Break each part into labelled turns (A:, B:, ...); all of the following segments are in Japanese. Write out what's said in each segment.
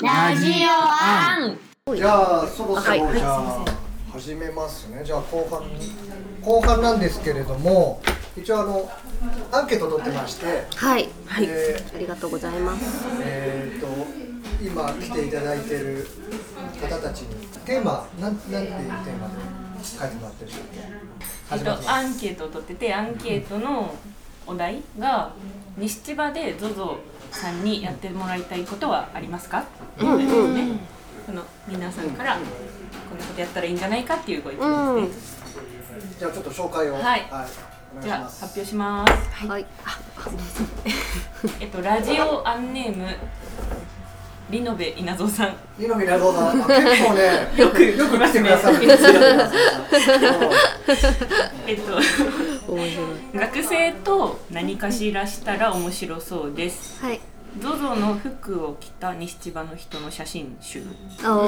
A: ラジオアン
B: じゃあそろそろ
C: はい
B: じ
C: はい
B: ゃあ始めますね。じゃあ後半後半なんですけれども、一応あのアンケート取ってまして、
C: はい、はい
B: え
C: ありがとうございます。
B: えっ、と今来ていただいてる方たちにテーマなんなんていうテーマで書いてもらってるんでしょう
D: えっ
B: 始まって
D: と、
B: ま
D: ア
B: す。
D: ンケートを取っててアンケートのお題が西千葉で ZOZO さんにやってもらいたいことはありますかっていうことですね、その皆さんからこんなことやったらいいんじゃないかっていうご意見
C: う
D: で
C: ん、
D: すね、
B: じゃあちょっと紹介を、
D: はい
B: お願い
D: じ
B: し
D: ゃあ
B: ま
D: 発
B: す。
D: 表します
C: はい、
D: えっとラジオアンネームリノベ稲造さん
B: 二宮どうぞ。あ結構ね
D: よく
B: よく来てくださるんですよ。
D: えっと
C: 面白い。
D: 学生と何かしらしたら面白そうです
C: はい、
D: ZOZO の服を着た西千葉の人の写真集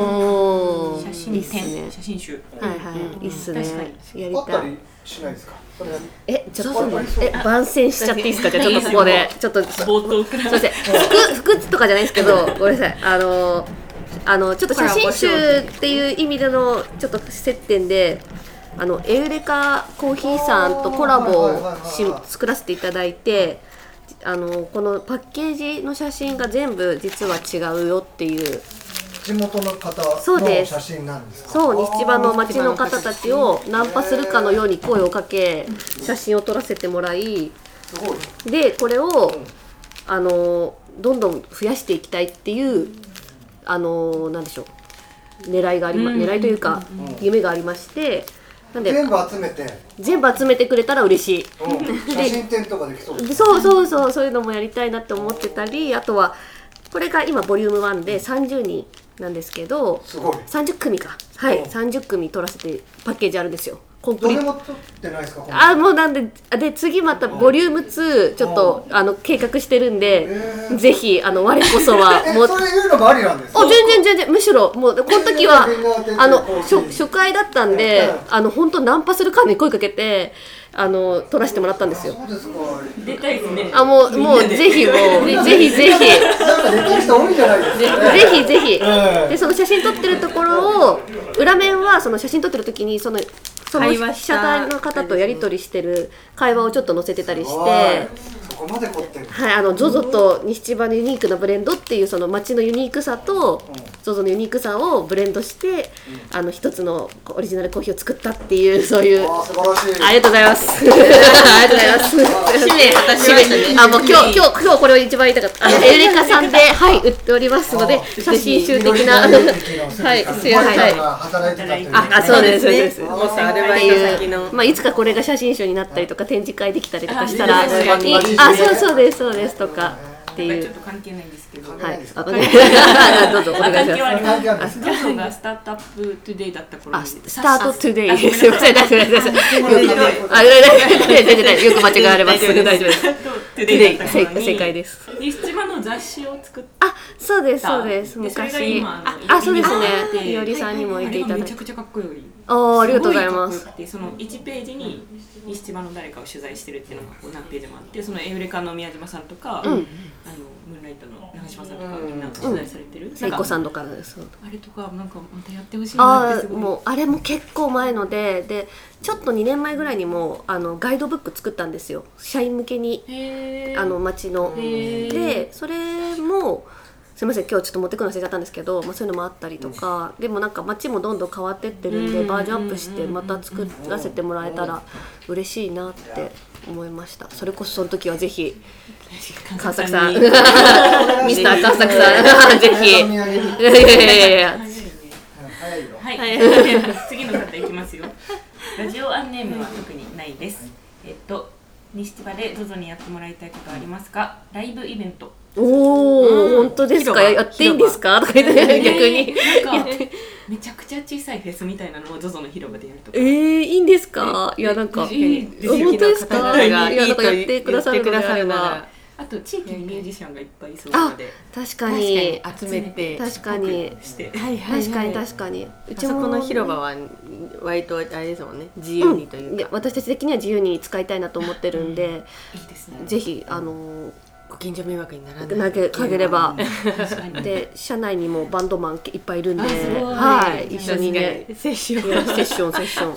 C: お
D: 写
C: ー、
D: 真
C: いい
D: 展
C: っすね。
D: 写真集
C: はいはい、いいっすね
D: 確かに。
C: やり
B: あった
C: たい
B: り。しないですか。それは
C: え、ちょっ
B: そう
C: と
B: そうそう
C: え番宣しちゃっていいですか？じゃあちょっとここでちょっとす
D: 冒頭から
C: みません。服服とかじゃないですけど、ごめんなさい。あのあのちょっと写真集っていう意味でのちょっと接点で。あのエウレカコーヒーさんとコラボをし
B: はいはいはいはい
C: 作らせていただいてあのこのパッケージの写真が全部実は違うよっていう
B: 地元の方
C: そう
B: の
C: です
B: 写真なんですか。
C: そう西千葉の町の方たちをナンパするかのように声をかけ写真を撮らせてもらい
B: すごい。
C: でこれをあのどんどん増やしていきたいっていうあのなんでしょう狙いがありま
D: うん
C: 狙いというか夢がありましてなんで
B: 全部集めて、
C: 全部集めてくれたら嬉しい。
B: 写真展とかできそうです。
C: でそうそうそうそういうのもやりたいなって思ってたりあとはこれが今ボリューム1で30人なんですけど
B: すごい。
C: 30組かはい
B: うん
C: 30組取らせてパッケージあるんですよコンプ
B: ど
C: リ
B: れも撮ってないですか。この
C: あもうなんであで次またボリューム2ちょっとあの計画してるんで、
B: うん
C: ぜひあの我こそは
B: え、
C: もう
B: それ言うのもありなんですか。
C: お全然全然むしろもうこの時 は
B: みんな出て
C: あの
B: こう
C: 初初回だったんで
B: う
C: あの本当ナンパするかに声かけてあの撮らせてもらったんですよ
B: そうですか。
D: 出たいですね。
C: あもうもうぜひもうぜひぜ ひ
B: なんか出たい人多いんじゃないですか、ね。
C: ぜひぜひ、
B: うん
C: でその写真撮ってるところを裏面はその写真撮ってる時にそのその
D: 会話
C: 被
D: した
C: 写体の方とやり取りしてる会話をちょっと載せてたりして
B: おいそこまで凝ってる。
C: はい、あの ZOZO と西千葉のユニークなブレンドっていうその街のユニークさと ZOZO のユニークさをブレンドして、あの一つのオリジナルコーヒーを作ったっていうそういう
B: ああ、素晴らしい。
C: ありがとうござい ますありがとうございます
E: 使命果たしましたね。
C: あもう今日今日今日これを一番言いたかったあのエウレカさんではい売っておりますので写真集的 なはいすいません
B: 働いてたっていう。
C: ああそうですそうです
E: もうさアル
C: っ
E: バ
C: て
E: イト
C: い
E: 先
C: う
E: の、
C: まあ、いつかこれが写真集になったりとか展示会できたりとかしたら
D: あ
C: いい
D: 確かに
C: あそうそうですそうですとかってい
D: ちょ
C: う
D: っと関係ないんですけど。
B: 関係
C: は
B: ない
C: い
B: ですか
C: あね どうぞお
D: まあ
C: 願い
D: 関
C: し
D: 係は
C: ま
D: あ
C: す
D: ります。ジ
B: あ
D: ャソンがスタートアップトゥデイだった頃
C: あ
D: に。
C: ススタートトゥデ
D: あ
C: イすいません大丈夫ですあ大丈夫です大丈夫ですよく間違われます大丈夫です
D: スタートトゥ
C: ト
D: デ
C: ゥデ
D: イだ
C: イ
D: った頃
C: 正
D: に。
C: 正解です
D: 西島の雑誌を作っ
C: あそうです
D: た。
C: そうです
D: それが
C: 昔
D: 今
C: あ
D: の
C: あそうです
D: 今
C: ね
D: で
C: いおりさんにもいていた
D: あれが
C: だい
D: めち
C: て
D: ゃくちゃかっこよい。
C: あーありがとうございます
D: ごかっこよくてその1ページに西千葉の誰かを取材してるっていうのがこう何ページもあってそのエウレカの宮島さんとか、あのムーンライトの長嶋さんとかみんな取材されてる、
C: 聖子さ
D: んか
C: んとかそう
D: あれとかなんかまたやってほしいなっ
C: あ
D: てす
C: あ
D: ごい
C: もうあれも結構前のででちょっと2年前ぐらいにもあのガイドブック作ったんですよ社員向けに
D: へー
C: あの町の
D: へ。ー
C: でそれもすみません今日ちょっと持ってくるの忘れちゃったんですけど、まあ、そういうのもあったりとか、でもなんか街もどんどん変わってってるんで、
D: うん
C: バージョンアップしてまた作らせてもらえたら嬉しいなって思いましたそれこそその時はぜひ川崎さんミスター川崎さんぜひ
B: お土
C: い
B: 産に
C: やいやいやいや
B: 早いよ。
D: はい、 次の方いきますよラジオアンネームは特にないですえっと西千葉で ZOZO にやってもらいたいことありますかライブイベント
C: おお、
D: うん
C: 本当ですか
D: 広場
C: やっていいんですかとか言って 逆に
D: なんかめちゃくちゃ小さいフェスみたいなのを ZOZO の広場でやるとか
C: えー、いいんですかいやなんか
D: いいですよ
C: 本当ですか
E: 好きな方
C: いや
E: 々がいい
C: なんか
E: と
C: やってくださるのであれ
E: な
C: ば
E: ら
D: あと地域にミュージシャンがいっぱいいそうな
C: あ
D: ので
C: 確か
E: 確
C: に
E: かに集めて
C: 確かに
D: して
E: はいはいはい
C: 確かに確かにう
E: あそこの広場は割とあれですもんね自由にという
C: いや
E: か、
C: 私たち的には自由に使いたいなと思ってるんで、
D: いいですね
C: ぜひあのー
E: ご近所迷惑にならな
C: 投
E: い
C: げかければ
D: 確かに
C: で社内にもバンドマンいっぱいいるんで、
E: あすごい
C: はい、一緒にね
E: 青春
C: いやセッションセッション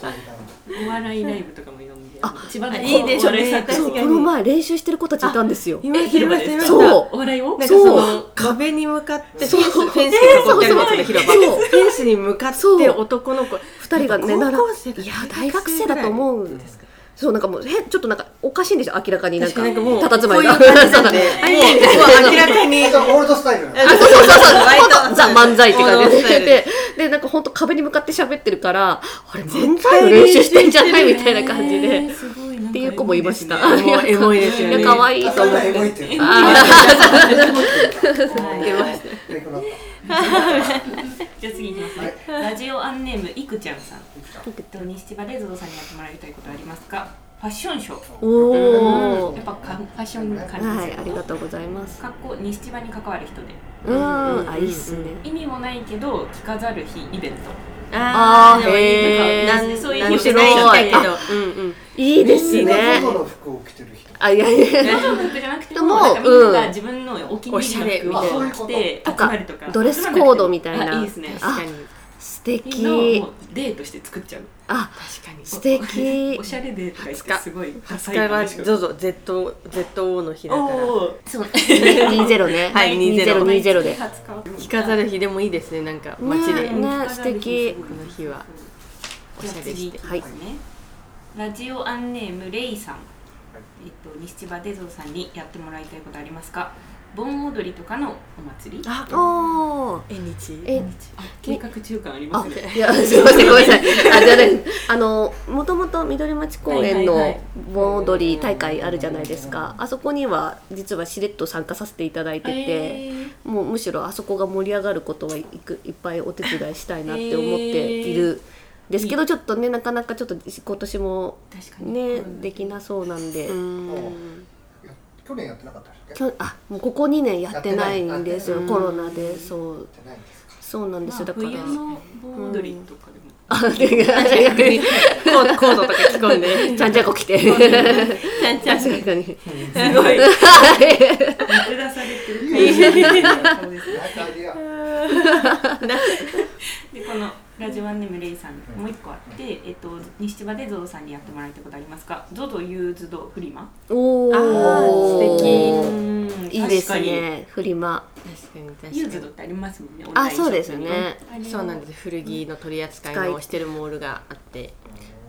D: お笑いライブとかも呼んで千葉の
E: いいでしょう
D: お
E: ね
D: 笑いサークル
E: 確か
C: こ
E: に
C: の前練習してる子たちいたんですよ
E: いましたいましたいました
C: そう
D: お笑いを
E: なんか
C: そう
E: その壁に向かってフェンスフェンスが囲ってるんですよね
C: そうそう
E: 広場
C: そう
E: フェンスに向かっ
C: そう
E: て男の子
C: 二人がね
E: 高校生
C: なら
E: か
C: いや大学生だと思うんですそうなんかもうへちょっとなんかおかしいんでしょ明らかになんか
E: 確かになんかもう
C: たたずまいが
E: こういう感 じ
C: そ
E: な
C: うんだ
E: で
C: はい
E: もうもう明らかに
B: ちょっとオールドスタイルな
E: あ
B: の
E: そうそうそうそう割
C: あ
E: と
C: ザ漫才って感じ
E: 王道スタイ
C: で
E: ル
C: ででなんか本当壁に向かって喋ってるからあれ漫才の練習してんじゃないみたいな感じで、っていう子もいました
E: もうエモいですよね
C: いや可愛い
B: あ
C: と
B: そん
C: 思っ
B: なエモい
C: て
B: っていう
D: はい
B: なくなっ
D: じゃあ次いきますね、ラジオアンネームいくちゃんさんえっと西千葉でゾゾさんにやってもらいたいことありますかファッションショー
C: おお
D: やっぱかファッション感じ
C: は
D: で
C: い
D: す
C: ありがとうございます
D: かっこ西千葉に関わる人で
C: うんあいいっすね
D: 意味もないけど着飾る日イベン ト
C: あー
E: でも
C: へー
E: なんかなん
D: そういう
E: なんて
C: 面白い
E: ないけどうんうん
C: いいで
B: た
C: す
B: みんな
C: ね
B: 外の服を着てる人
C: あいやいや
D: 外の服じゃなくて
C: で
D: も
C: も
D: なんかみんなが自分のお気に入りの服
B: うん
D: を着て
C: と
D: 集
C: か
D: まるとか
C: ドレスコードみたい
D: あ
C: ない
D: いですね
C: あ
E: 確かに
C: 素
D: いいのを
C: 敵
D: もうデートして作っちゃう
C: あ
E: 確かに
C: 素敵
D: おしゃれデートがってすごいダサ
E: 使
D: い
E: いは
D: 話を
E: ZOZO ZO ZO の日だから
D: おーそう
C: 20ね
E: はい20
C: 2020で
E: 着飾る日でもいいですねなんか街で、
C: ねね素敵
E: この日はおしゃれし
D: じ
E: て
D: ゃあ次いきますねラジオアンネームレイさん、えっと、西千葉デゾーさんにやってもらいたいことありますか盆踊りとかのお祭り
E: あ
C: おー
E: 縁日
C: え
D: あ計画中間ありま
C: あ
D: すね
C: いやすいませんごめんなさいあじゃあねあのもともと緑町公園
D: はいはい
C: の
D: はい
C: 盆踊り大会あるじゃないですかあそこには実はしれっと参加させていただいてて、
D: えー
C: もうむしろあそこが盛り上がることはいくいっぱいお手伝いしたいなって思っているんですけど、ちょっとねなかなかちょっと今年も
D: 確かに
C: ねできなそうなんで、
E: うー
B: もうん去年やってなかったでし
C: き
B: ょやっ
C: ょあもうここ2年やってないんですよ
E: やってな
C: コ
E: い
C: ロナでそう
B: てないんですか
C: そうなんですよだから。
D: 冬の盆踊りとかでも、
C: あで逆に
E: コードコードとか着込ん で
C: ちゃんちゃこ来て。
E: ちゃんちゃ ん
C: 確かに。
D: すご い
C: は
D: 見下されてる感じですね
B: ナイスアイディア
D: でこのラジオアンネームレイさんもう一個あって、えっと、西千葉でゾゾさんにやってもらいたいことありますかゾゾユーズドフリマ
C: い お
E: ー素
D: う
E: 敵
D: ん
C: いいですね。フリマ。
E: 確かに確かに
D: ユーズドってありますもんねオンラ
C: あ、
D: インショ
C: そう
D: ップ
C: ですね。
D: あれ
E: そうなんです古着の取り扱いをしてるモールがあって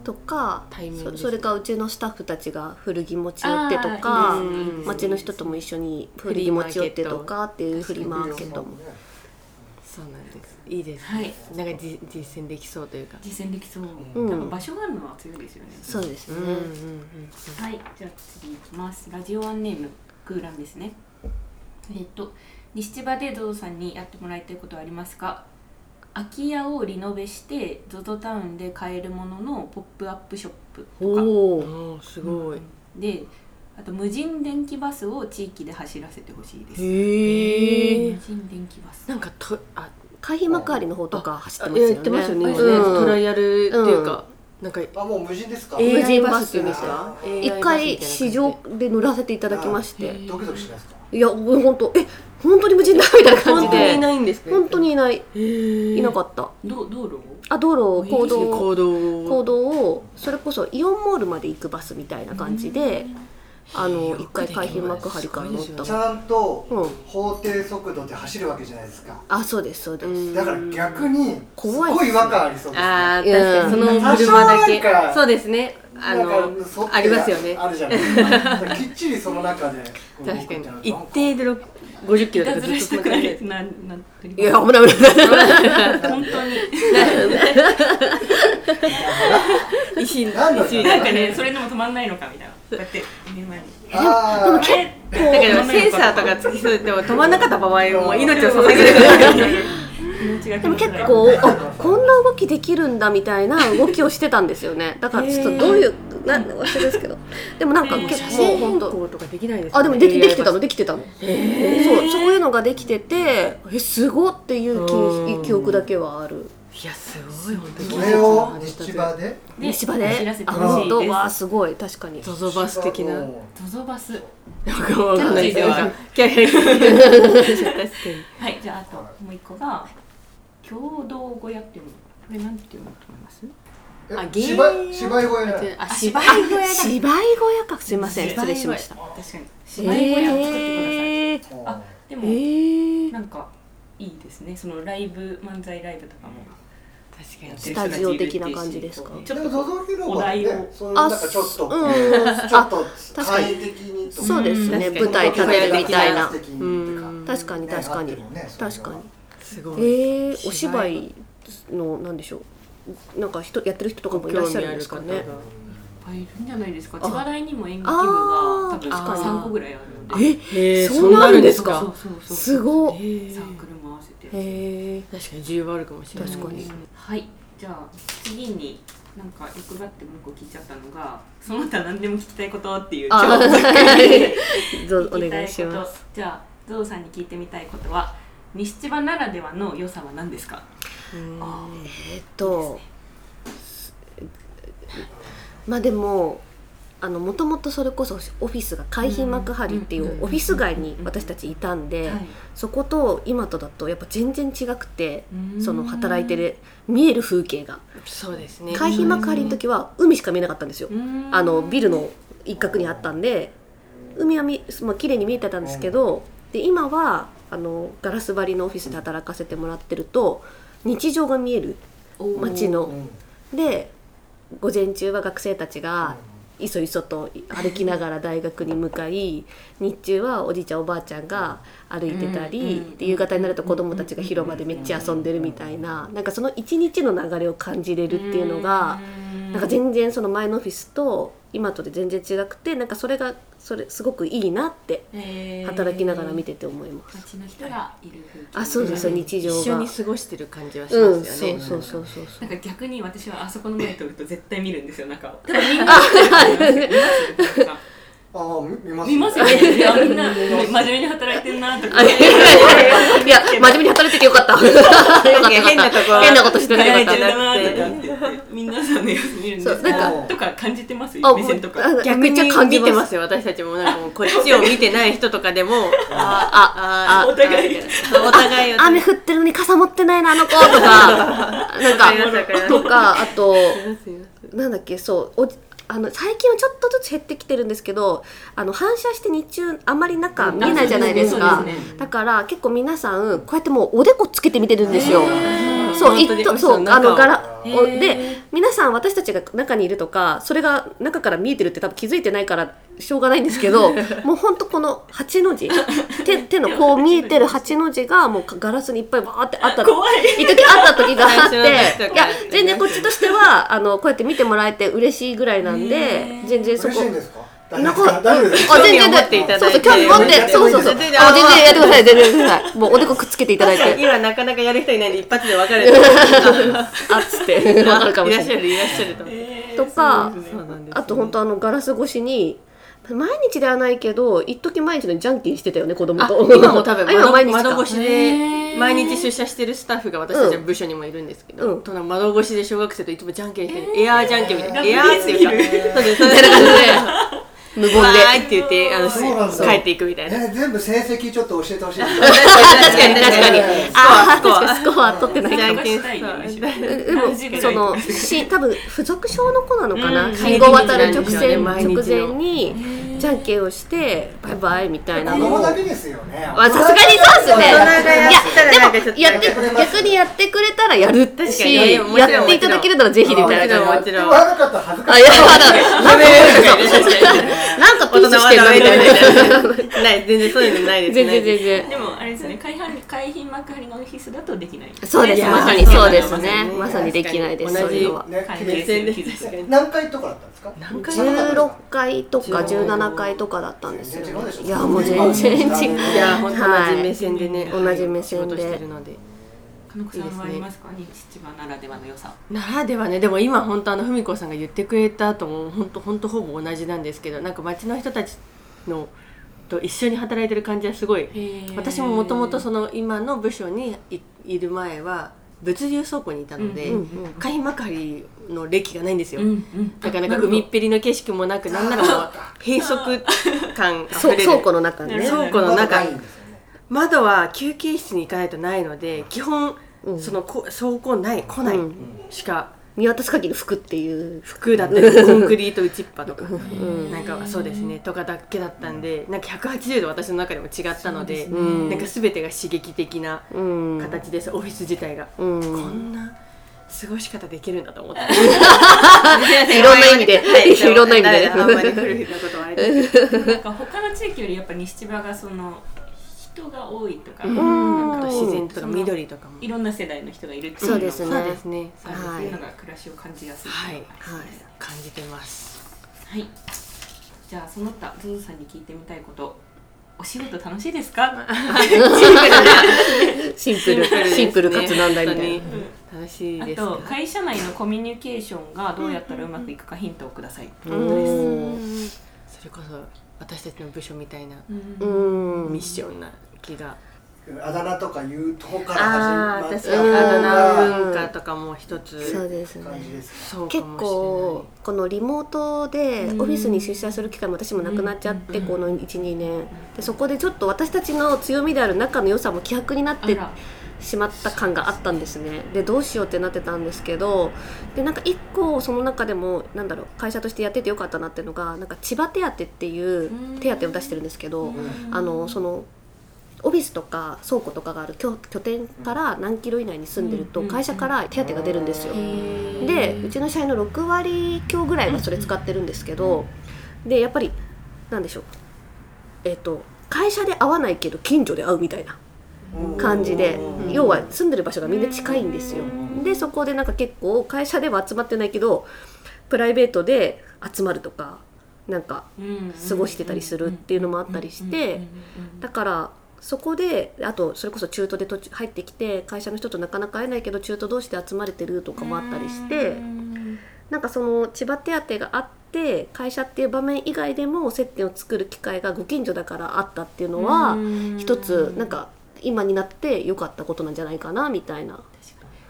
C: とか
E: タイミング
C: そ
E: です
C: それかうちのスタッフたちが古着持ち寄ってと
D: あ
C: か
D: ーいいですね
C: 街の人とも一緒に古着持ち寄ってとかっていうフリマーケットも
E: そうなんですいいです、
D: はい
E: なんかじ実践できそうというか
D: 実践できそう、
C: ん
D: 多分場所があるのは強いですよね
C: そうですね
E: うんうんうん
D: はい、じゃあ次いきます。ラジオアンネームクーランですね。えっと西千葉でゾウさんにやってもらいたいことはありますか。空き家をリノベしてゾゾタウンで買えるもののポップアップショップとか
C: お
E: う
C: ー
E: んおーすごい、
D: で、あと無人電気バスを地域で走らせてほしいです。
E: へ
D: 無
E: え
D: 人電気バス。
E: なんかとあ
C: 海浜幕張の方とか走って
E: あ
C: ます
E: いや
C: よね
E: 言ってますよね今ね、
C: うん
E: トライアルっていうか、なんか
B: あもう無人ですか
C: 無人
E: AI
C: バ
E: バ
C: ス
E: スっていうんですか
C: 一回試乗で乗らせていただきまし
E: あ
C: て
E: へ
B: ドキドキしないですか
C: いや本当え本当に無人だみたいな感
E: 本
C: じ
E: 当にい
C: で
E: ないんですか
C: 本当にいないい
E: い
C: なかった
D: ど道路を？
C: あ道路
D: いい
C: 行
D: ですね
C: 動
E: 行動を
C: 行動をそれこそイオンモールまで行くバスみたいな感じで、あの一回海浜幕張から乗っ
E: うん
B: ち
C: た
B: ゃんと
C: うん
B: 法定速度で走るわけじゃないですか
C: あそうですそうです、
E: うん
B: だから逆にす
C: 怖いっす
B: ご
C: ね
B: い違和感ありそうですね
E: ああ確かにその車だけそうですねあ
B: な
E: の
B: んかそ
E: ありますよね
B: あるじゃないですか。きっちりその中で動く
E: 確
B: んじ
E: か
B: ゃ
E: に
B: ない
E: 一定で50キ
D: い
E: ロと
D: た
E: か
D: ずらし
E: ず
D: た
E: っと
D: くな
E: 回っ
D: い
E: て
D: ななってる
C: いや危ない危ない危ない
D: 本当に。
E: 石
B: なんだろう
E: 石
D: なんかねそれでも止まんないのかみたいな。こうやって目の前に。
B: あー
D: え
E: だけどセンサーとかつき添えても止まんなかった場合も命を捧げるから
D: 命がけ
C: でも
D: の
C: 結
D: 辛い
C: 構あこんな動きできるんだみたいな動きをしてたんですよねだからちょっとどういうなん忘れですけどでもなんか結
E: 写
C: 構
E: 真変
C: 本当
E: 更とかできないです
C: あでもできできてたのできてたの、そうそういうのができててえすごっていう
E: うん
C: 記記憶だけはある
E: いやすごい本当に
B: それを日場で
D: で
C: 西場
D: 知ら
C: で
D: せて
C: あ
D: ほ
C: 本
D: しい
C: 当
D: です
C: わあすごい確かに
E: ゾゾバス的な
B: うん
D: ゾゾバス
E: なんかわかんないけど
D: キャッ
E: キャッキャ確かに
D: はいじゃああともう一個が共同語訳っていうのこれなんていうのと思います
B: え
E: あ芸
B: 芝居芝居小屋なの
E: あ芝居
C: あ芝居小屋かすいません失礼しました
D: 確かに芝居小屋を作ってください、
C: えー、
D: あで
C: え
D: も、
C: ー、
D: なんかいいですねそのライブ漫才ライブとかも
E: 確かに
C: スタジオ的な感じですか
D: ち
B: で
D: ょっと
B: も
D: こ
B: ゾゾ広場って
D: お題
B: ね
D: を
B: そういうなんかちょっと、
C: うん
B: ちょっ
C: あ
B: と
C: 確か
B: 簡易
C: に
B: 的にと
C: そうですね
D: うん
C: 舞台立てるみたいな
B: 確かにうん
C: 確かに確かに
B: ね合ってるもんね
C: 確かに
E: すごい
C: えー、お芝居のなんでしょうなんか人やってる人とかもいらっしゃるんですかね
D: ういっぱいいるんじゃないですか千葉大にも演劇部が
C: あー
D: 多分
E: 確かに
D: 3個ぐらいあるので
C: え
E: へえ
C: そうなんですか
D: そうそうそう
C: すごっへ
D: サークルも合わせて
C: え
E: 確かに需要あるかもしれない
C: 確かに
D: はいじゃあ次になんか欲張ってもう一個聞いちゃったのがその他何でも聞きたいことっていう
C: あ
D: 超ざっくり
C: ー どうお願いします
D: すじゃあゾウさんに聞いてみたいことは西千葉ならではの良さは何ですか
C: えっとまあでもあのもともとそれこそオフィスが海浜幕張ってい
D: うんうん
C: うオフィス街に私たちいたんで、そこと今とだとやっぱ全然違くてその働いてる見える風景が
E: そうですね
C: 海浜幕張の時は海しか見えなかったんですよあのビルの一角にあったんで海はみ、まあ綺麗に見えてたんですけどで今はあのガラス張りのオフィスで働かせてもらってると日常が見える街の
B: うん
C: で午前中は学生たちがいそいそと歩きながら大学に向かい日中はおじいちゃんおばあちゃんが歩いてたり、
D: うん
C: で夕方になると子どもたちが広場でめっちゃ遊んでるみたいななんかその一日の流れを感じれるっていうのが、なんか全然その前のオフィスと今とで全然違くてなんかそれがそれすごくいいなって働きながら見
D: て
C: てて思います。
D: 街の人がいる風景
C: あそうですよ日常が
E: 一緒に過ごしてる感じはし
C: う
E: ま
C: ん、
E: す
C: そ
E: よ
C: う
E: ね
C: そうそうそう そ
D: な
C: うん
D: か逆に私はあそこの前通ると絶対見るんですよ 中を
B: ああ見ます
D: 見ますよ ねいやみんな真面目に働いてんなとか
C: いや真面目に働いててよ かったよかったよかった
E: 変なとこは
C: 変なことしてな
D: 働
C: かっ
D: い
C: た
D: てるなーとかってみんなさんの様子見るんですけ
C: そうなん
B: か
D: どとか感じてます
C: あ
D: 目線とか
C: もうあ
E: 逆
C: め
E: に
C: っちゃ感じ
E: 見て
C: ま
E: ますすよ私たちもなんかもうこっちを見てない人とか でもあああ
D: お互い
E: ああお互いを
C: 雨降ってるのに傘持ってないなあの子とかな ん
E: わかりますわか
C: か
E: ります
C: とかあと
E: すいま
C: なんだっけそうおじあの最近はちょっとずつ減ってきてるんですけどあの反射して日中あんまり中見えないじゃないです
D: そ
C: か
D: うですね
C: だから結構皆さんこうやってもうおでこつけて見てるんですよ。
E: せん
C: そう、い
E: 本当に
C: っと、そう、あの柄
D: へ
C: を、
D: ー
C: で、皆さん私たちが中にいるとか、それが中から見えてるって多分気づいてないから、しょうがないんですけ ど、もうほんとこの8の字、手、手のこう見えてる8の字が、もうガラスにいっぱいバーってあった。
D: 怖い
C: 一時あった時があって、い
E: 最初の時とか
C: や、全然こっちとしては、あの、こうやって見てもらえて嬉しいぐらいなんで、全然そ
B: 嬉
C: こ
B: しいん。ですか大丈
C: なん
B: 夫です
C: か
B: か大丈夫ですか
C: あ全然
E: 興味を持っていただいて
C: そうそう、興味持って、そうそうそう。あ、全然やってください、全然やってください。もうおでこくっつけていただいて、
E: 今なかなかやる人いないんで一発で分かれる
C: あっつって、 わかるかもしれない
E: い。らっしゃるいらっしゃると思う
C: とか、
E: そうなんです
C: あと本当あのガラス越しに毎日ではないけど一時毎日のジャンキーしてたよね子供
E: あ
C: と
E: 今も多分
C: あ今毎
E: 窓
C: 日か
E: 窓越しで毎日出社してるスタッフが私たちの部署にもいるんですけど、
C: うん
E: とな窓越しで小学生といつもじゃんけんしてる、エアーじゃんけんみたいな、
D: えー
E: エアーっていうか
D: ラブリーすぎる
E: そうですそう
C: みた
E: で
C: い
E: す
C: な 感じで無言で
E: わーいって言ってあの
B: そうなんだ
E: 帰っていくみたいな
B: ね全部成績ちょっと教えてほし い
E: 確かに確かに
B: ね
C: ああ
E: スコア
C: 確かにスコア取ってない
E: じゃ
C: か
E: ん
C: も
E: けん
D: したいねむし
E: ス
D: ろ
E: コア
C: でも
D: 何時ぐらい
C: そのし多分付属症の子なのかな
D: うん
C: 信号渡る直
E: 帰り
C: 線
E: 道なん
C: 直
E: ですよね
C: 前にジャンケンをしてバイバイみたいな
B: 子
C: の
B: 供
C: を
B: だけですよね
C: まあさすがにそうっすね
E: 大人がやったらなんか
C: い
E: ちょっと
C: やでもやって逆にやってくれたらやる
E: 確か
C: し
E: にいやいやもち
C: や
E: ろ
C: っ
E: ん
C: ていただけるならぜひみたいな
E: も
B: や
E: も
B: っ
E: ち
B: て
E: ろん
B: 悪かったら恥ずか
C: あ、
B: しい
C: や だ。なんか、なんかピースしてるなみたいな。
E: ない全然そういうのないです
C: 全
E: ない
C: 然全
E: です
C: 然。
D: でもあれですね海浜海浜幕張のオフィスだとできない
C: そうです、
E: いや
C: まさにそうですね。ま
E: ま
C: さ
E: さ
C: に
E: に
C: できないです、そう
E: 同じ
C: いうのは。
B: ね
D: 関係
B: 君
D: 性の兆しが
B: 何回とかだったんですか何
E: 回
C: 16回とか17回とかだったんですよね。いや、もう全然違う。
E: いや本当同じ目線でね、
C: はい
E: はい
C: 同じ目線で
E: 仕事してるので
D: 金子さんはありますか西千葉ならではの良さ
E: ならではねでも今本当あの文子さんが言ってくれたとも本当本当ほぼ同じなんですけどなんか街の人たちのと一緒に働いてる感じはすごい私ももともとその今の部署にいいる前は物流倉庫にいたので、
C: うんうん
E: 海幕張の歴がないんですよ、
D: うん
E: なかなか海っぺりの景色もなくなんならもう閉塞感あふ
C: そ
E: れ
C: う
E: る
C: 倉庫の中ね
D: ね
E: 倉庫の中
B: ないんですよね
E: 窓は休憩室に行かないとないので基本、
C: うん
E: そのこ走行ない来ない
C: うん
E: しか、
C: 見渡す限り服っていう
E: 服だったりコンクリート打ちっぱとか、なんかそうですねとかだけだったんでなんか180度私の中でも違ったので
C: うん
E: なんか全てが刺激的な
C: うん
E: 形です、オフィス自体が、
C: うん
E: こんな過ごし方できるんだと思って
C: いろんな意味で
E: はい
C: いろんな意味で
E: あんまり古いなことはあれですけど
D: なんか他の地域よりやっぱ西千葉がその人が多いとか、
C: ん
E: あと自然とか緑とかも
D: いろんな世代の人がいるっていう
C: そ
D: の
C: う
D: も
C: ですね
E: そうですね
D: そう
C: はい
D: いうのが暮らしを感じやすい
E: はい
C: はい
E: 感じてます
D: はい。じゃあその他ゾゾさんに聞いてみたいこと。お仕事楽しいですか？
C: シンプルシンプルかつ難題みたいな
E: 本当に楽しい
D: あ
E: です
D: と
E: か
D: 会社内のコミュニケーションがどうやったらうまくいくかヒントをください。
C: おー
E: それこそ私たちの部署みたいな
C: うん
E: ミッションな気が、
B: あだ名とかいうとこから
E: ああ
B: 始
E: 確
B: ま
E: か
B: っ
E: に
C: うん
E: あだ
B: た
E: 名文化とかも一つ
C: そうです
B: 感じ
C: ね
B: です
E: そうか
C: 結
E: も
C: 構このリモートでオフィスに出社する機会も私もなくなっちゃってこの12年でそこでちょっと私たちの強みである仲の良さも希薄になっ
D: あ
C: て
D: ら、
C: しまった感があったんですねでどうしようってなってたんですけどでなんか一個その中でもなんだろう会社としてやっててよかったなっていうのがなんか千葉手当っていう手当を出してるんですけど、あのそのオフィスとか倉庫とかがある拠拠点から何キロ以内に住んでると
D: うん
C: 会社から手当が出るんですよ。で
D: で
C: うちの社員の6割強ぐらいはそれ使ってるんですけど、でやっぱりなんでしょうえっ、と会社で会わないけど近所で会うみたいな。
B: うん
C: 感じで
B: うん
C: 要は住んでる場所がみんな近いんですよでそこでなんか結構会社では集まってないけどプライベートで集まるとかなんか過ごしてたりするっていうのもあったりしてだからそこであとそれこそ中途で途中入ってきて会社の人となかなか会えないけど中途同士で集まれてるとかもあったりしてなんかその千葉手当があって会社っていう場面以外でも接点を作る機会がご近所だからあったっていうのは一つなんか今になって良かったことなんじゃないかなみたいな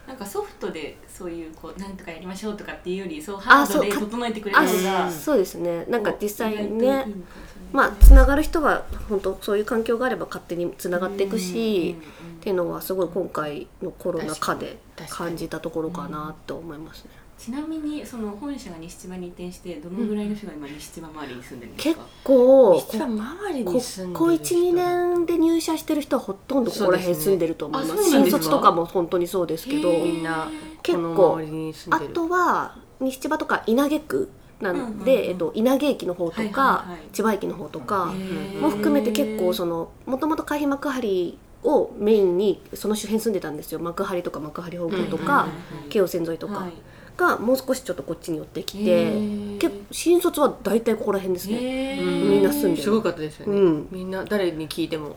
D: なんかソフトでそういうこうなんとかやりましょうとかっていうよりそうハ
C: あ
D: ードで
C: そうか
D: 整えてくれる
C: あ
D: のが
C: そうですねなんか実際
D: 意外
C: ね
D: といいのかもしれない
C: まあつながる人は本当そういう環境があれば勝手につながっていくし
D: うんうんうん
C: っていうのはすごい今回のコロナ禍で
E: 確かに
C: 感じたところかなと思いますね
D: ちなみにその本社が西千葉に移転してどのぐらいの人が今西千葉周りに住んでるんです
C: 結
D: か？
C: 構
E: 実は周り
C: こ
E: に住んでる人
C: こ12年で入社してる人はほとんどここら辺住んでると思いま
D: そう
C: す
D: ですねあそうなん
C: 新
D: ですか
C: 卒とかも本当にそうですけど
D: へー
E: みんな
C: 結
E: こ
C: 構
E: の周りに住
C: あ
E: んでる
C: とは西千葉とか稲毛区な
D: うんうんう
C: の
D: ん
C: で、えっと、稲毛駅の方とか、
D: はいはいはい
C: 千葉駅の方とか
D: へー
C: も含めて結構そのもともと海浜幕張をメインにその周辺住んでたんですよ幕張とか幕張北部と
D: う
C: か
D: んうんうんうん
C: 京王線沿いと
D: は
C: か
D: い
C: がもう少しちょっとこっちに寄ってき
D: へ
C: て
D: ー
C: 結構新卒は大体ここら辺ですね。
D: へー
E: うん
C: みんな住んでる
E: すごかったですよね、
C: うん
E: みんな誰に聞いても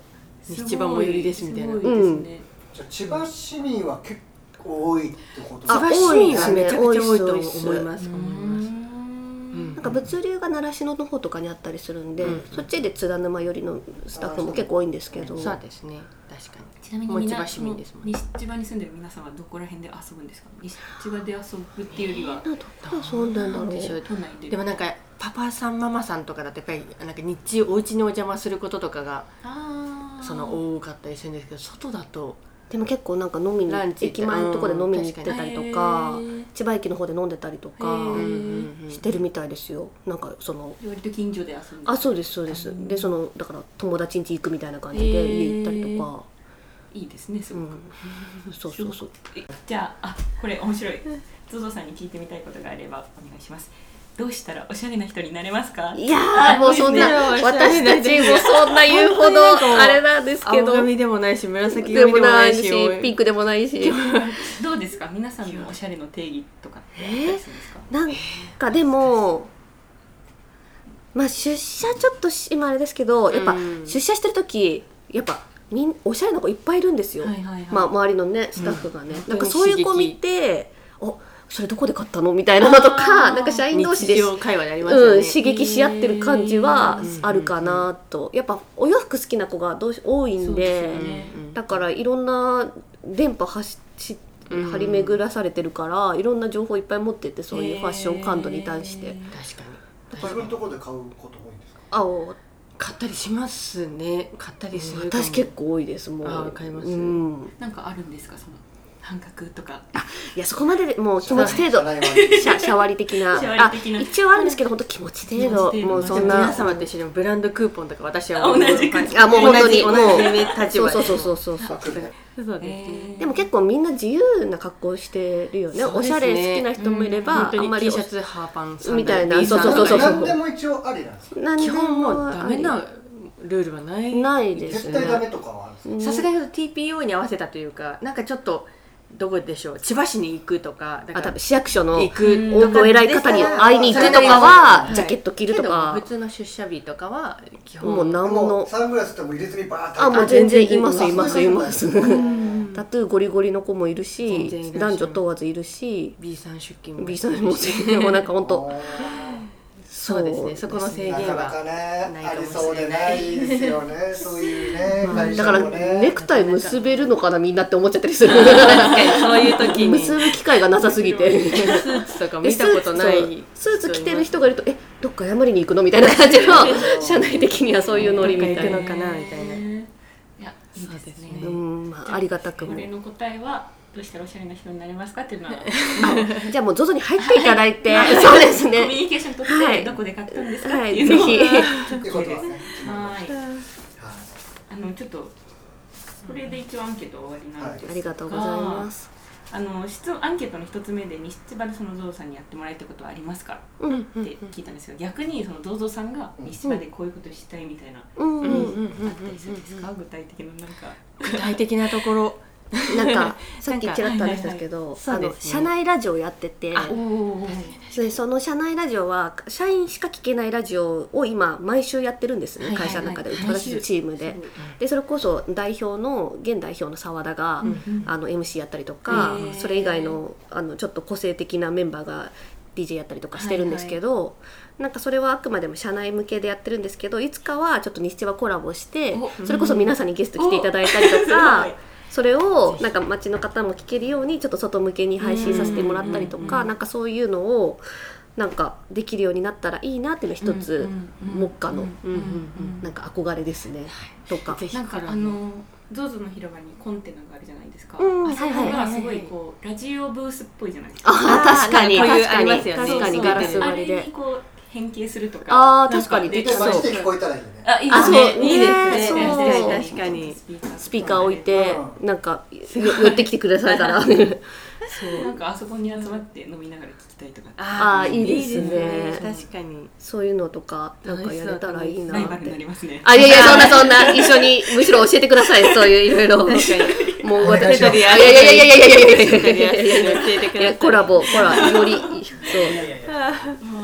E: 一番最寄りですみたいな
D: すごですね
B: じゃあ千葉市民は結構多いってこと
C: あ
E: 千葉市民はめちゃくちゃ多いと思いま
D: う
E: す
D: ー
E: 思います
D: ん
C: なんか物流が習志野の方とかにあったりするんで、
E: うんうん
C: そっちで津田沼寄りのスタッフも結構多いんですけど
E: そうですね確かに
D: ちなみに
E: もう
D: みん
E: 千
D: な
E: 葉市民
D: その
E: ですもんね
D: 西千葉に住んでる皆さんはどこら辺で遊ぶんですか西千葉で遊ぶっていうよりは
C: なんかどこ遊んでんだろう
E: でしょう
D: 都内で
E: でもなんかパパさんママさんとかだとやっぱりなんか日中お家にお邪魔することとかが
D: あー
E: その多かったりするんですけど外だと
C: でも結構なんか飲みに
E: ランチ行った
C: 駅前のとこで飲みに行ってたりとか
D: うん確かに
C: 千葉駅の方で飲んでたりと
D: へー
C: かしてるみたいですよなんかその
D: 割と近所で遊んで
C: あそうですそうですでそのだから友達ん家行くみたいな感じで家行ったりとか、
D: いいですねす
C: う
D: ごく、
C: ん、そうそうそう
D: えじゃああこれ面白いゾゾさんに聞いてみたいことがあればお願いしますどうしたらおしゃれな人になれますか
C: いやーもうそんな
E: ね
C: 私たちもそんな言うほどあれなんですけ
E: 青
C: ど
E: 髪でもないし紫
C: で
E: 髪
C: も
E: でもな
C: ない
E: い
C: し
E: し
C: ピンクでもないし
D: どうですか皆さんのおしゃれの定義とかってあったりするんですか、
C: なんかでもまあ出社ちょっとし今あれですけどやっぱ
E: うん
C: 出社してる時やっぱみんおしゃれな子いっぱいいるんですよ、
D: はいはいはい
C: まあ、周りのねスタッフがね、
E: うん
C: なんかそういう子
E: 刺激
C: 見て「おそれどこで買ったの?」みたいなのと
D: あ
C: か
D: ー
C: なんか社員同士
E: 日
C: で、
E: 常会話でありますよね、
C: うん、刺激し合ってる感じは
E: うん
C: あるかなと、やっぱお洋服好きな子がどうし多いんで
D: そうですよね
E: うん
C: だからいろんな電波走張り巡らされてるからいろんな情報いっぱい持っててそういうファッション感度に対して
E: 確かに
B: 自分のところで買うこと多いんですか
C: あお
E: 買ったりしますね買ったりするかも
C: 私結構多いですも
E: あ
C: う
E: 買います
C: うん、
D: なんかあるんですかその半角とか
C: いやそこまででもう気持ち程度
B: 社内はね
C: シャシャワリ的 な
D: シャワリ的な
C: あ一応あるんですけど本当気持ち程度
D: 気持ち程度
C: もうそんな
E: 皆様と一緒にブランドクーポンとか私は
D: あ同じ感じ
C: あもう本当にも
E: 同じ
C: う
E: 同じ立場で
C: そうそうそうそうそうそう
E: そうですね、
C: でも結構みんな自由な格好してるよね
E: そう
C: おし
E: ですね
C: ゃれ好きな人もいれば、
E: 本
C: あん
E: 当
C: ま
E: に
C: り
E: T シャツハーパンサンダル
C: みたいな
E: B さん
C: そうそうそう
B: 何でも一応ありなんですか
C: 何
E: 基
C: でも
E: 本もうダメなルールはない
C: ないです
B: 絶
C: ね
B: 対ダメとかはあるんですか
E: さすがに TPO に合わせたというかなんかちょっとどこでしょう千葉市に行くとかだ
C: あ
E: か
C: 多
E: ら
C: 分市役所の
E: 行く
C: おお偉い方に会いに行くとか
E: は
C: はいジャケット着ると
E: け
C: か
E: ど普通の出社日とかは基本
C: もう何も
B: もう
C: の
B: サングラスってもう入れ墨バーって
C: あもう全然います
B: あ
C: います
B: そう
C: い
B: いうこと
C: ます
E: ん
C: タトゥーゴリゴリの子もいるし
E: 全然いらっしゃる
C: 男女問わずいるし
E: B さん出勤も
C: B さんも全然もうなんか本当
E: そうですねそこの制限
B: なかなか
E: は
B: ね
E: ない
B: あ
E: かも
B: り
E: しれない
B: そうでないですよ ねそういうね会
C: だ
B: 社
C: から
B: もね
C: ネクタイ結べるのかなみんなって思っちゃったりする
E: 確かにそういう時 に
C: 結ぶ機会がなさすぎて
E: スーツとか 見たことな
C: そう
E: い
C: スーツ着てる人がいるとえどっか謝りに行くのみたいな感じの社内的にはそういうノリみたい
E: ど
C: な
E: っか行くのかなみたいない
D: やいい
E: そう
D: で
E: ですす
D: ね
E: ね
C: うん、まあ、ありがたくも
D: 俺の答えはどうしたらおしゃれな人になりますかっていうのは
C: じゃあもう ZOZO に入っていただいて、そうです
D: コミュ
C: ね
D: ニケーション取
C: は
D: って
C: い
D: どこで買ったんですかっ
C: は
D: て
C: い
D: い
C: ぜ
D: うの
C: ひ
B: ってことですね
D: ははい
B: は
D: あのちょっとこれで一応アンケート終わりなんです
C: ありがとうございます
D: あの質問アンケートの一つ目で西千葉でそのゾウさんにやってもらいたいことはありますか
C: うん
D: って聞いたんですけど逆にそのゾウゾウさんが西千葉でこういうことしたいみたいな
C: うんうん
E: ううん
C: ん
E: うんうん
D: あったりするんですか具体的ななんか
E: 具体的なところ
C: なんかさっきちらっと話したんですけど、
E: そう
C: あ
E: ですね
C: の社内ラジオやってて
D: お
C: それその社内ラジオは社員しか聞けないラジオを今毎週やってるんですね、
E: はいはいはい
C: 会社の中で
E: 毎週
C: 私たちチームで。でそれこそ代表の現代表の澤田が、あの MC やったりとか、
D: へー
C: それ以外のあのちょっと個性的なメンバーが DJ やったりとかしてるんですけど、なんかそれはあくまでも社内向けでやってるんですけどいつかはちょっと西千葉コラボして
E: お
C: それこそ皆さんにゲスト来ていただいたりと か。それを
E: ひ
C: なんか街の方も聞けるようにちょっと外向けに配信させてもらったりと
E: うんうん
C: か
E: うん
C: なんかそういうのをなんかできるようになったらいいなっていうのが一つ目下の
E: うんうんうん
C: なんか憧れですねとか。
E: ぜひ
D: なんかあの ZOZO の広場にコンテナがあるじゃないですか、
C: うん
D: あそこ
C: はいはい
E: はい
D: が
E: はい
D: すごいこうラジオブースっぽいじゃないです
C: あ
D: か
C: ー確かに
E: なんかこう
C: 確
E: いう
C: か
E: あ
C: に
E: ります
C: 確
E: よね
C: かに
E: そうそう
C: ガラス
D: あ
C: 張り
D: れ
C: で
D: にこう変形するとか
C: あー確かに
D: なん
C: でき
B: で
C: そう
B: 街で聞こえたらいいね
D: あいい
C: あ
D: です
C: そう
D: ね
E: いいです
C: ね
E: ね
C: そう
E: 確かに
C: スピーカー置いて
B: う
C: なんかよ寄ってきてくださいたら
D: なんかあそこに集まって飲みながら聞きたいとか
C: あーいいです
D: ね
E: いいです確かに
C: そういうのとかなんかやれたらいい
D: ライ
C: な
D: バ
C: っ
D: ルにな
C: て。
D: りますね
C: あいやいやそんなそんな一緒にむしろ教えてくださいそういういろいろ。もう
B: お願い
C: 私
B: します
C: いやいやいやいやいやいやいやいやいやいや。
E: 教えてく
C: い
E: ださ
C: や
E: い
C: コラボコラボよりそう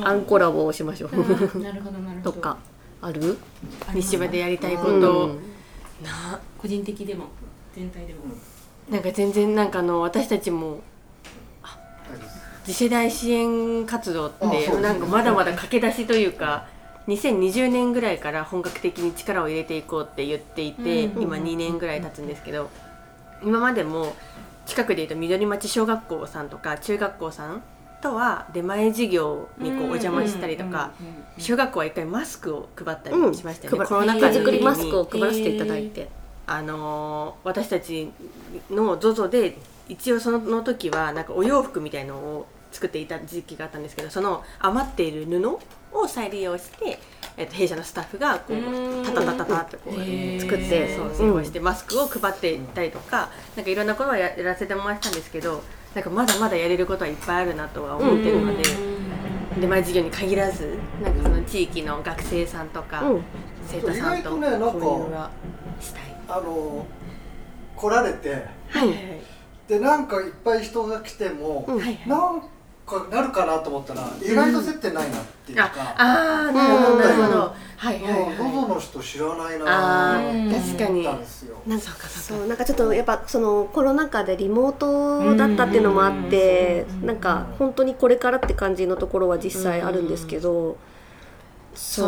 C: アンコラボをしましょ
D: なる
C: う
D: ほどなるほど
C: とかある
E: 西場でやりたいこと、
C: うん
E: な
D: 個人的でも全体でも
E: なんか全然なんかあの私たちも次世代支援活動っ
B: あそうで
E: て
B: すね
E: なんかまだまだ駆け出しというか2020年ぐらいから本格的に力を入れていこうって言っていて、
D: うん
E: 今2年ぐらい経つんですけど、今までも近くでいうと緑町小学校さんとか中学校さんとは出前授業にこうお邪魔したりとか、
D: うんうんうんうん
E: 小学校は一回マスクを配った
C: うん
E: りしましたよね、
C: 配
E: コロナ禍
C: 手
E: の時に
C: 作りマスクを配らせていただいて
E: あのー私たちの ZOZO で一応その時はなんかお洋服みたいのを作っていた時期があったんですけどその余っている布を再利用して、えっと、弊社のスタッフがこ
D: うーん
E: うタタタタタってこう
D: へー
E: 作ってそう
C: うん
E: 成功してマスクを配っていったりとかなんかいろんなことはややらせてもらったんですけどなんかまだまだやれることはいっぱいあるなとは思ってるので。出前授業に限らずなんかその地域の学生さんとか、
C: うん
E: 生徒さ
B: 意
E: んと
B: 外とねなんか
E: 交流がしたい。
B: あの来られて
E: はいはいはい
B: でなんかいっぱい人が来ても、
C: うん
E: はい
B: なんかなるかなと思ったら意外と接点ないなっていう
E: あ
B: か、
E: あーなるほどなるほ
B: うん
E: どはいはい
B: もう喉
E: は
B: の人知らない
E: い
B: な
E: あ
B: ー
E: ー確か
B: 思っ
E: に
B: たんですよ。
C: なん
E: そうか
C: そ
E: そうか
C: うなんかちょっとやっぱそのコロナ禍でリモートだったっていうのもあって
D: うん
C: なんか本当にこれからって感じのところは実際あるんですけど
E: そ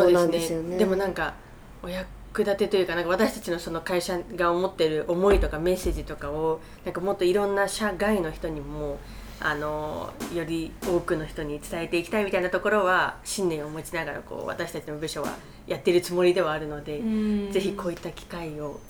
C: そうう
E: で
C: な
E: す
C: ん
E: ね
C: ですよね
E: でもなんか親下手というかなんか私たちのその会社が思ってる思いとかメッセージとかをなんかもっといろんな社外の人にもあのより多くの人に伝えていきたいみたいなところは信念を持ちながらこう私たちの部署はやってるつもりではあるので、
D: ん
E: ぜひこういった機会を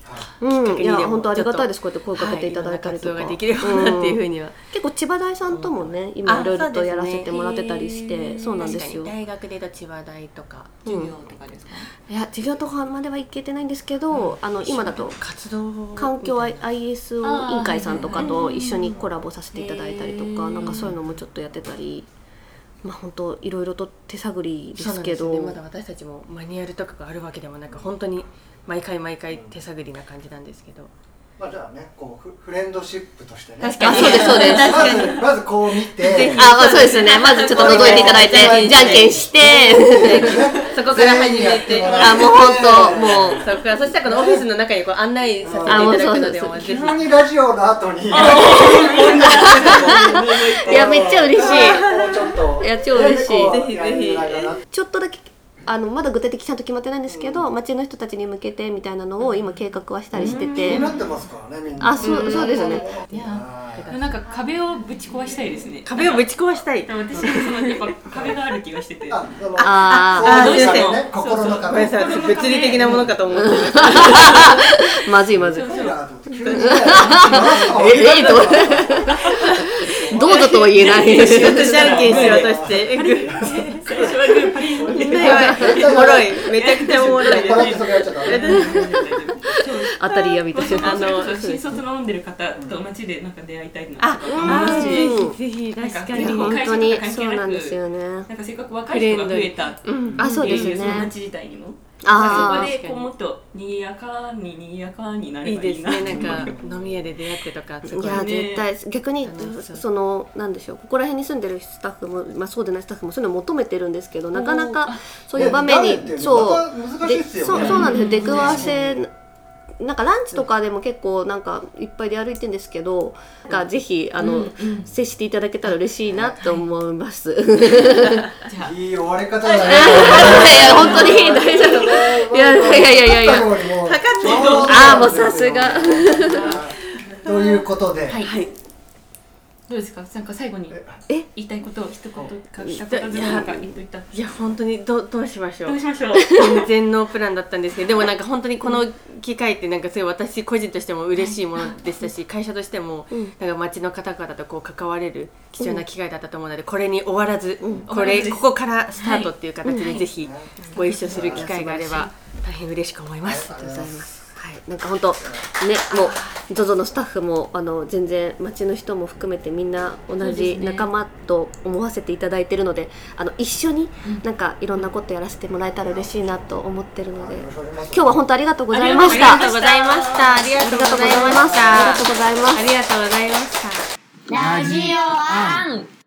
C: うん、いや
E: ちょっと
C: 本当ありがたいですこうやって声かけていただいたりとか、
E: はい、いろんな活動ができればなっていうふう
C: うん
E: には、
C: 結構千葉大さんともね今
E: あ
C: いろいろ
E: そう
C: と
E: です
C: や
E: ね
C: らせてもらってたりしてそうなんですよ
E: 確かに大学で言うと千葉大とか
D: 授業とかですか、
C: いや授業とかまではいけてないんですけど、あの今だと
E: 活動
C: 環境 ISO 委員会さんとか
D: あー
C: と
D: はいはいはい
C: 一緒にコラボさせていただいたりとか、
D: うん
C: なんかそういうのもちょっとやってたりまあ本当いろいろと手探りで
E: そうな
C: す
E: んで
C: け
E: す
C: ど
E: よねまだ私たちもマニュアルとかがあるわけでもなく本当に毎回毎回手探りな感じなんですけど
B: まあじゃあねこうフフレンドシップとしてね
D: 確
C: あ
D: かに
C: そうですそうです
B: まずまずこう見て
C: あ、まあそうですよねまずちょっと覗いていただいて
B: はい
C: じゃんけんして
E: そこから始めて
C: あもう本当もう
E: そこからそしたらこのオフィスの中にこう案内させていただくのでも
C: あもうそうそう
E: ぜ
B: 急
E: ひ
B: にラジオの後に
C: いやめっちゃ嬉しい
B: もうちょっと
C: いや超嬉しい
B: ぜひぜひ
C: ちょっとだけあのまだ具体的にちゃんと決まってないんですけど、町の人たちに向けてみたいなのを今計画はしたりして
B: 気
C: て、
B: になってますからねみんな
C: あそうそうですね
D: いや
B: はい
D: でもなんか壁をぶち壊したいですね
E: 壁をぶち壊したい
D: なんか私そのやっぱ壁がある気がしてて
B: あどうも
C: あ
B: あ
E: どうしても
B: ね心の
E: ごめん
B: 壁
E: なさい私物理的なものかと思って
C: まずいまずい
B: そうだと思って急にね回
C: ええと思ってどうぞとは言えない
E: 仕事じゃんけんしようとして
D: 最初はグーパリン
E: みんなやばいおもろいめちゃくちゃおもろいで
B: こ
E: す
B: れってそれやっちゃった
C: 当たり屋みたいな
E: あ
D: あ
E: の
D: の新卒の飲んでる方と街でなんか出会いたいな
E: あ
C: うん
E: ぜひぜひ
D: なんか
E: 確か
C: い
E: に
C: や本当にそうなんですよね
D: なんかせっかく若い人が増えたっていう
C: あそうです
D: その
C: ね
D: 街自体にも
C: あ
D: そこ
C: ー
D: でこうもっと賑やかに賑やかになれ
E: いい
D: ばい
E: で
D: い
E: す
D: な
E: ねなんか飲み屋で出会ってとかすご
C: い
E: い
C: や
D: ね
C: 絶対逆に
E: 楽しそう
C: そのなんでしょうここら辺に住んでるスタッフも、まあ、そうでないスタッフもそういうの求めてるんですけどなかなかそういう場面
B: ね慣れて
C: に
B: る
C: そう
B: また難しい
C: で
B: っす
C: そう
B: よ
C: そう
B: ね
C: なんですよ出くわせなんかランチとかでも結構なんかいっぱいで歩いてるんですけどなんかぜひあの、接していただけたら嬉しいなと思います。
B: いい終わり方だね
C: いやいや本当に大丈夫いやいやいやいやいや
B: 測って
C: あーもうさすが
B: ということで、
D: はい、どうですかなんか最後に
C: え
D: 言いたいことを一言か二言ずつなんか言っといた
E: いや本当にどどうしましょ
D: ど
E: う
D: うしましょう
E: 全然ノープランだったんですけどでもなんか本当にこの機会ってなんかすごい私個人としても嬉しいものでしたし会社としても
C: うん
E: なんか街の方々とこう関われる貴重な機会だったと思うのでこれに終わらずこ
D: 終わらず
E: れ
D: です
E: ここからスタートっていう形
D: は
E: で
D: い
E: ぜひご一緒する機会があれば大変嬉しく思います。
C: ありがとうございます。はい、なんか本当ね、もう ZOZO のスタッフもあの全然町の人も含めてみんな同じ仲間と思わせていただいてるので、あの一緒になんかいろんなことやらせてもらえたら嬉しいなと思ってるので、今日は本当ありがとうございました。
E: ありがとうございました。ありがとうございました。
C: ありがとうございます。
E: ありがとうございました。
A: ラジオアン